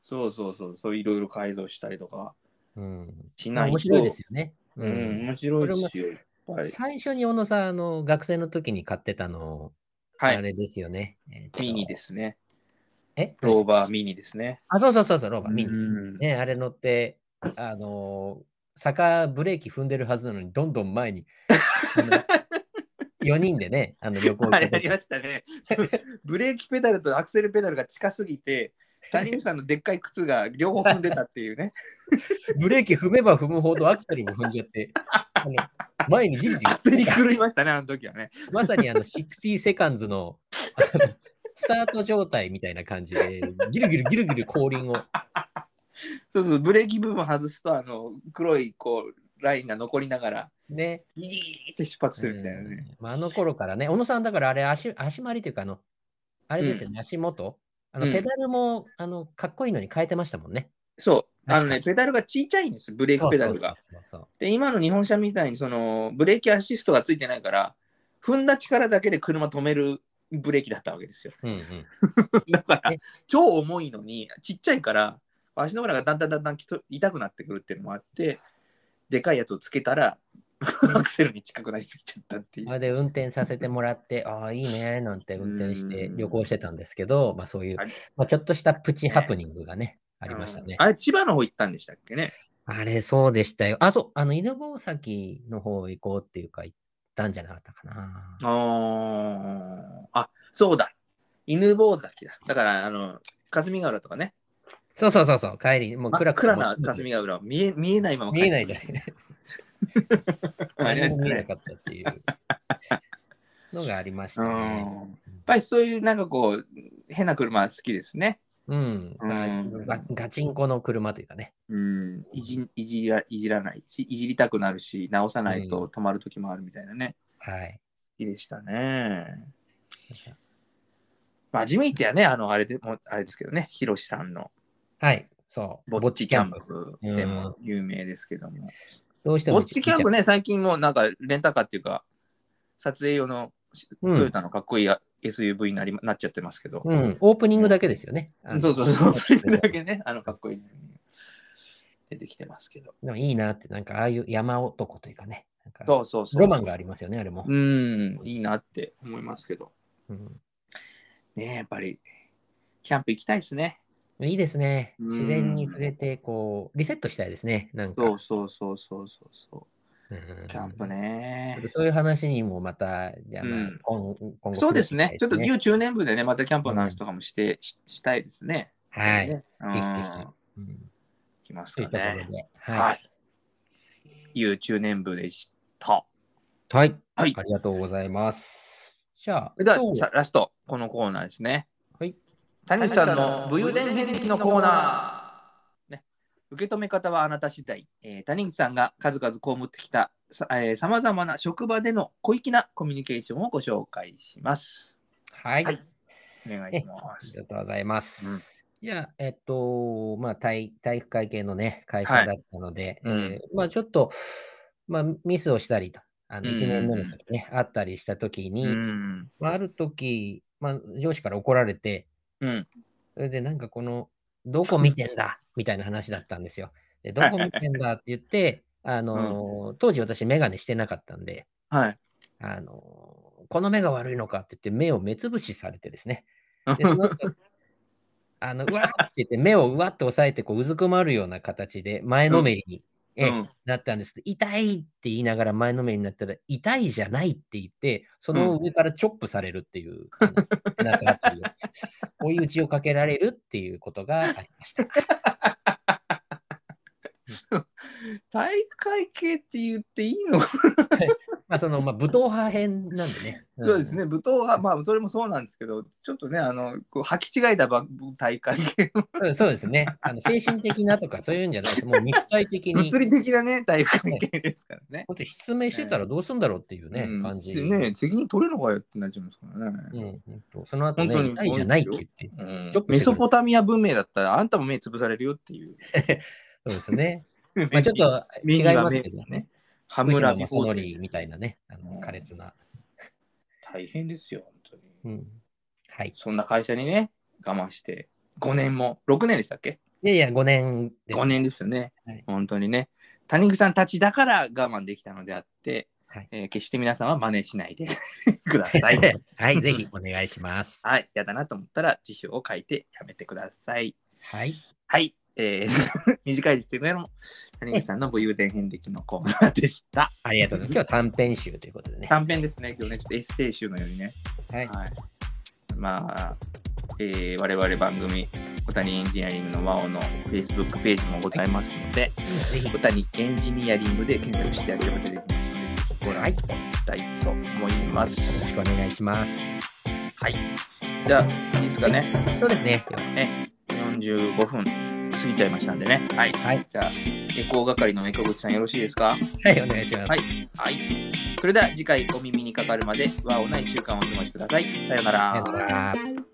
そうそうそう、そういろいろ改造したりとかうん。しまあないと。面白いですよね。う、うんん。面白いですよ、いっぱい。最初に小野さん、あの、学生の時に買ってたの、はあい、れですよね。えーとミニですね。えローバーミニですね。あ、そうそうそうそう、ローバー、ミニ。うんね、あれ乗って、あのー坂ブレーキ踏んでるはずなのに、どんどん前に。4人でね、あの旅行 [laughs] [laughs] 行あっれありてましたね。ブレーキペダルとアクセルペダルが近すぎ [laughs] て、谷口さんのでっかい靴が両方踏んでたっていうね。ブレーキ踏めば踏むほどアクセルも踏んじゃって、あの前にじりじり、焦り狂いましたね、あの時はね。まさにあの60セカンズのあのスタート状態みたいな感じで、ギルギルギルギル後輪を。そうそう、ブレーキ部分外すと、あの、黒いこう、ラインが残りながら、ね。ギリギリって出発するみたいなね。うんまあ、あの頃からね、小野さんだからあれ足、足回りというか、あの、あれですよね、足元。あのうんペダルも、あのかっこいいのに変えてましたもんね。そう、あの確かね、にペダルが小さいんです、ブレーキペダルが。そうそうそうそうで、今の日本車みたいに、その、ブレーキアシストがついてないから、踏んだ力だけで車止めるブレーキだったわけですよ。そううんうんだからね、超重いのに、ちっちゃいから、足の裏がだんだんだんだんきと痛くなってくるっていうのもあって、でかいやつをつけたら、アクセルに近くなりすぎちゃったっていあう。れで運転させてもらって、ああ、いいね、なんて運転してうん旅行してたんですけど、まあそういうあれ、まあ、ちょっとしたプチねハプニングがね、ありましたねうん。あれ、千葉の方行ったんでしたっけね。あれ、そうでしたよ。あ、そう、あの、犬吠埼の方行こうっていうか、行ったんじゃなかったかな。あーあ、そうだ。犬坊崎だ。だから、あの、霞ヶ浦とかね。そうそうそうそう、帰り、もう真暗っくて暗な霞ヶ浦を見え見えないまま帰っ見てえないじゃない。ありましたね。何も見えなかったっていうのがありましうたん。やね。っぱりそういう、なんかこう、変な車好きですね。うん。まあうんガガチンコの車というかね。うん、いじいじらいじらないし、いじりたくなるし、直さないと止まる時もあるみたいなね、はい。好きでしたね。まあ、地味ってはね、あの、あれでも、あれですけどね、ひろしさんのはい、そう。ぼっちキャン。プでも有名ですけども。どうしてぼもっちキャンプね、最近もうなんかレンタカーっていうか、撮影用のトうんヨタのかっこいい SUV になりなっちゃってますけど、うん、オープニングだけですよね。あのそうそうそう、オープニングだだけけね、あのかっこいいのに出てきてますけど。でもいいなって、なんかああいう山男というかね、なんかそうそうそう。ロマンがありますよね、あれも。うん、いいなって思いますけど。うんねえやっぱり、キャンプ行きたいですね。いいですね。うん自然に触れて、こう、リセットしたいですね、なんか。そうそうそうそうそうそうんう。キャンプちょねっと。そういう話にもまた、じゃあ、まあうん今今後そうですね。ちょっとュ旧中年部でね、またキャンプの話とかもして、ししたいですね。はい。ねうんぜひぜひ行うんきますといかうとこね。ろで。ははい。い。旧中年部でした。はい。はいありがとうございます。じゃあそれ、では今日さラスト、このコーナーですね。谷口さんの武勇伝遍歴のコーナー。ね、受け止め方はあなた次第、えー谷口さんが数々被ってきたさまざ、えー、様々な職場での小粋なコミュニケーションをご紹介します。はい。はいお願いしまありす。がとうございます。じゃあ、えっと、まあ体、体育会系のね、会社だったので、はいうんえーまあ、ちょっと、まあ、ミスをしたりと、あのうん1年目の時ね、あったりした時に、うん。まあ、ある時、まあ、上司から怒られて、うん。それでなんかこの、どこ見てんだみたいな話だったんですよ。で、どこ見てんだって言って、あのー当時私メガネしてなかったんで、はい。あのーこの目が悪いのかって言って目を目つぶしされてですね。で、その後あの、うわーって言って目をうわっと押さえてこううずくまるような形で前のめりに、ええうんなったんですけど、痛いって言いながら前のめりになったら、痛いじゃないって言って、その上からチョップされるっていう、あの [laughs] 背中だったりを追い打ちをかけられるっていうことがありました。体育会系って言っていいのか、まあ、その、まあ、武闘派編なんでね。んそうです。ね、武闘は、まあ、それもそうなんですけど、ちょっとね、あの、こう履き違えたば体育会系、うんそうですね。あの精神的なとかそういうんじゃないです。もう肉体的に。物理的なね、体育会系ですからね。こうやって失明してたらどうすんだろうっていうね、うん感じ。ね、責任取れるのかよってなっちゃいますからね。うん、本当その後ね、本当に痛いじゃないって言って。うんちょっとメソポタミア文明だったら、あんたも目潰されるよっていう。そうですね。まあちょっと違いますけどね。。ハム村ラ正則みたいなね、あうのん苛烈な。大変ですよ、本当に。うん。はい。そんな会社にね、我慢して、5年も、6年でしたっけいやいや、5年です。 5年ですよね、はい本当にね。谷口さんたちだから我慢できたのであって、はいえー決して皆さんは真似しないでくださ。はい [laughs] い。はい、ぜひお願いします。はい、やだなと思ったら辞表を書いてやめてください。はい。はい、えー [laughs] 短いですけども、谷口さんの武勇伝遍歴のコーナーでした。ありがとうございます。今日は短編集ということでね。短編ですね、今日ね、ちょっとエッセイ集のようにね。はい。はい、まあ、えー我々番組、小谷エンジニアリングの和尾の Facebook ページもございますので、ぜひ小谷エンジニアリングで検索してあげれば出てきますので、ぜひご覧いただきたいと思います。よろしくお願いします。はい。じゃあ、いいですかね。そうですね。今日45は分過ぎちゃいましたんでね。はい。はい。じゃあ、エコー係のエコグチさんよろしいですかはい、お願いします。はい。はい。それでは次回お耳にかかるまで、和尾な1週間をお過ごしください。さようなさよなら。ら。